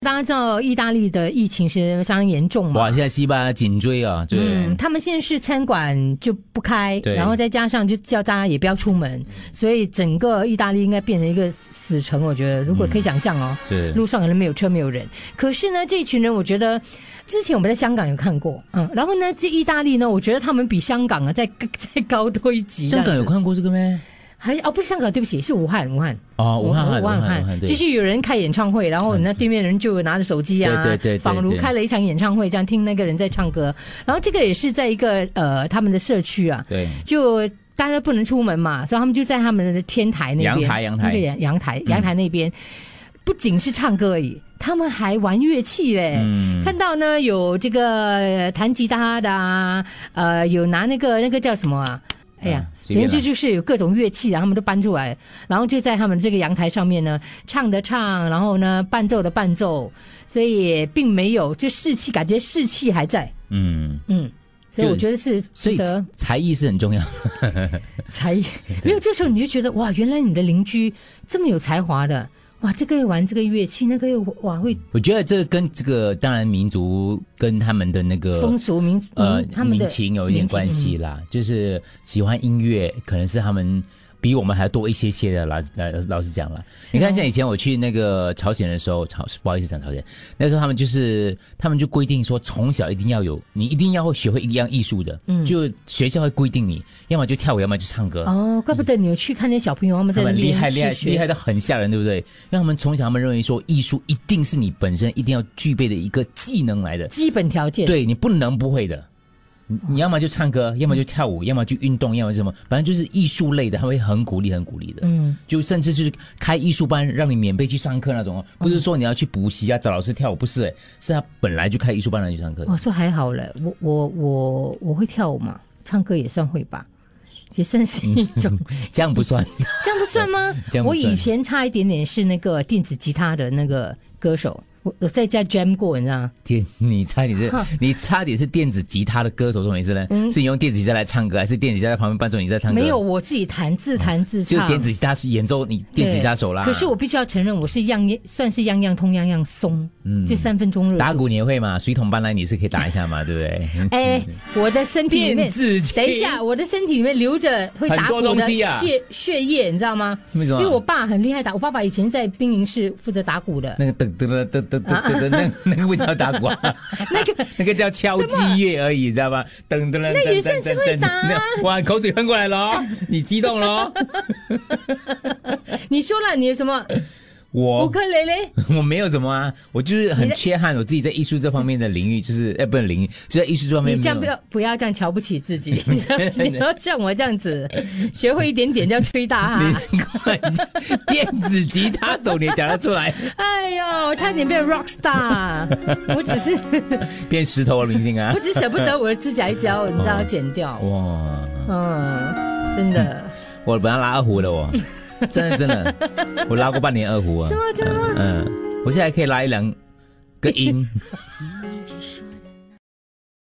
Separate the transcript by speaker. Speaker 1: 大家知道意大利的疫情是非常严重嘛
Speaker 2: 哇，，现在西班牙紧追啊，对，
Speaker 1: 嗯，他们现在是餐馆就不开，
Speaker 2: 对
Speaker 1: 然后再加上就叫大家也不要出门，所以整个意大利应该变成一个死城。我觉得，如果可以想象哦，
Speaker 2: 嗯对
Speaker 1: 路上可能没有车没有人，可是呢，这一群人我觉得。之前我们在香港有看过，嗯，然后呢，这意大利呢，我觉得他们比香港啊再 再高多一级这
Speaker 2: 香
Speaker 1: 样子。
Speaker 2: 港有看过这个咩？
Speaker 1: 还哦，不是香港，对不起，是武汉，武汉，
Speaker 2: 哦，武汉汉，
Speaker 1: 武
Speaker 2: 武汉
Speaker 1: 汉
Speaker 2: 汉，武汉，对，
Speaker 1: 就是有人开演唱会，然后那对面人就拿着手机啊，
Speaker 2: 对对对对
Speaker 1: 仿如
Speaker 2: 对
Speaker 1: 开了一场演唱会这样听那个人在唱歌。然后这个也是在一个呃他们的社区啊，
Speaker 2: 对，
Speaker 1: 就大家不能出门嘛，所以他们就在他们的天台那边，
Speaker 2: 阳台阳台嗯
Speaker 1: 对阳阳台阳台那边，不仅是唱歌而已，他们还玩乐器嘞。
Speaker 2: 嗯，
Speaker 1: 看到呢，有这个呃弹吉他的啊，呃，有拿那个那个叫什么啊？哎呀
Speaker 2: 嗯，随
Speaker 1: 反正
Speaker 2: 便
Speaker 1: 就
Speaker 2: 啦
Speaker 1: 就是有各种乐器啊，他们都搬出来，然后就在他们这个阳台上面呢，唱的唱，然后呢伴奏的伴奏，所以并没有就士气，感觉士气还在，
Speaker 2: 嗯，
Speaker 1: 嗯，所以
Speaker 2: 就
Speaker 1: 我觉得是
Speaker 2: 所
Speaker 1: 值
Speaker 2: 以
Speaker 1: 得
Speaker 2: 才艺是很重要，
Speaker 1: 才艺。没有这时候你就觉得哇，原来你的邻居这么有才华的，哇，这个又玩这个乐器，那个又哇会
Speaker 2: 我觉得这个跟这个当然民族跟他们的那个
Speaker 1: 风俗民
Speaker 2: 呃
Speaker 1: 民嗯他们的
Speaker 2: 民情有一点
Speaker 1: 民情嗯
Speaker 2: 关系啦，就是喜欢音乐，可能是他们比我们还多一些些的啦。老老老实讲啦，
Speaker 1: 啊
Speaker 2: 你看像以前我去那个朝鲜的时候，朝不好意思讲朝鲜，那时候他们就是他们就规定说，从小一定要有你一定要会学会一样艺术的，就学校会规定你要么就跳舞，要么就唱歌。
Speaker 1: 嗯哦，怪不得你有去看那些小朋友他们
Speaker 2: 他
Speaker 1: 在那
Speaker 2: 们
Speaker 1: 边
Speaker 2: 厉害厉害
Speaker 1: 去学
Speaker 2: 厉害到很吓人，对不对？让他们从小他们认为说艺术一定是你本身一定要具备的一个技能来的，
Speaker 1: 基本条件。，
Speaker 2: 对你不能不会的。
Speaker 1: 哦
Speaker 2: 你你要么就
Speaker 1: 嗯
Speaker 2: 唱歌，要么就跳舞，要么就运动，要么就什么，反正就是艺术类的，他会很鼓励，很鼓励的。
Speaker 1: 嗯，
Speaker 2: 就甚至就是开艺术班，让你免费去上课那种哦，不是说你要去补习啊，找老师跳舞，不是、欸，是他本来就开艺术班让你去上课。
Speaker 1: 我说还好了，我我我我会跳舞嘛，唱歌也算会吧，也算是一种，
Speaker 2: 这样不算，
Speaker 1: 这样不算吗？
Speaker 2: 嗯 这样不算
Speaker 1: 我以前差一点点是那个电子吉他的那个歌手，我我在家 jam 过，你知道吗？
Speaker 2: 天，你差 点是，你差点是电子吉他的歌手，什么意思呢？是你用电子吉他来唱歌，还是电子吉他在旁边伴奏你在唱
Speaker 1: 嗯
Speaker 2: 歌？
Speaker 1: 没有，，我自己弹自弹自
Speaker 2: 嗯就
Speaker 1: 唱。
Speaker 2: 电子吉他是演奏你电子吉他手啦。
Speaker 1: 对可是我必须要承认，我是样样算是样样通样样松，嗯，就三分钟热度。
Speaker 2: 打鼓你也会嘛？水桶搬来你是可以打一下嘛，对不对？
Speaker 1: 哎，我的身体里面
Speaker 2: 电子琴
Speaker 1: 等一下，我的身体里面流着会打鼓
Speaker 2: 很多
Speaker 1: 的
Speaker 2: 东西
Speaker 1: 血、
Speaker 2: 啊
Speaker 1: 血液，你知道吗？
Speaker 2: 为什么
Speaker 1: 因为我爸很厉害打，我爸爸以前在兵营是负责打鼓 的。
Speaker 2: 那个噔噔噔噔噔噔噔，那那个不叫打鼓，那个那个叫敲击乐而已，知道吧？噔噔噔，那哇，口水喷过来了，你激动了？
Speaker 1: 你说了，你有什么乌
Speaker 2: 我
Speaker 1: 克雷雷？
Speaker 2: 我没有什么啊，我就是很缺憾，我自己在艺术这方面的领域，就是哎，不是领域，就在艺术这方面
Speaker 1: 你这样不
Speaker 2: 没有。
Speaker 1: 要不要这样瞧不起自 己，你知道吗你要像我这样子，学会一点点叫吹大哈。
Speaker 2: 你电子吉他手你也讲得出来，
Speaker 1: 哎呦，我差点变 rock star，我只是
Speaker 2: 变石头了明星啊
Speaker 1: 我！只舍不得我的指甲一角，你知道要剪掉。
Speaker 2: 哇，
Speaker 1: 嗯，真的。
Speaker 2: 我本来拉二胡的我，真的真的，我拉过半年二胡啊。
Speaker 1: 是吗真的吗
Speaker 2: 嗯，嗯我现在可以拉一两个音。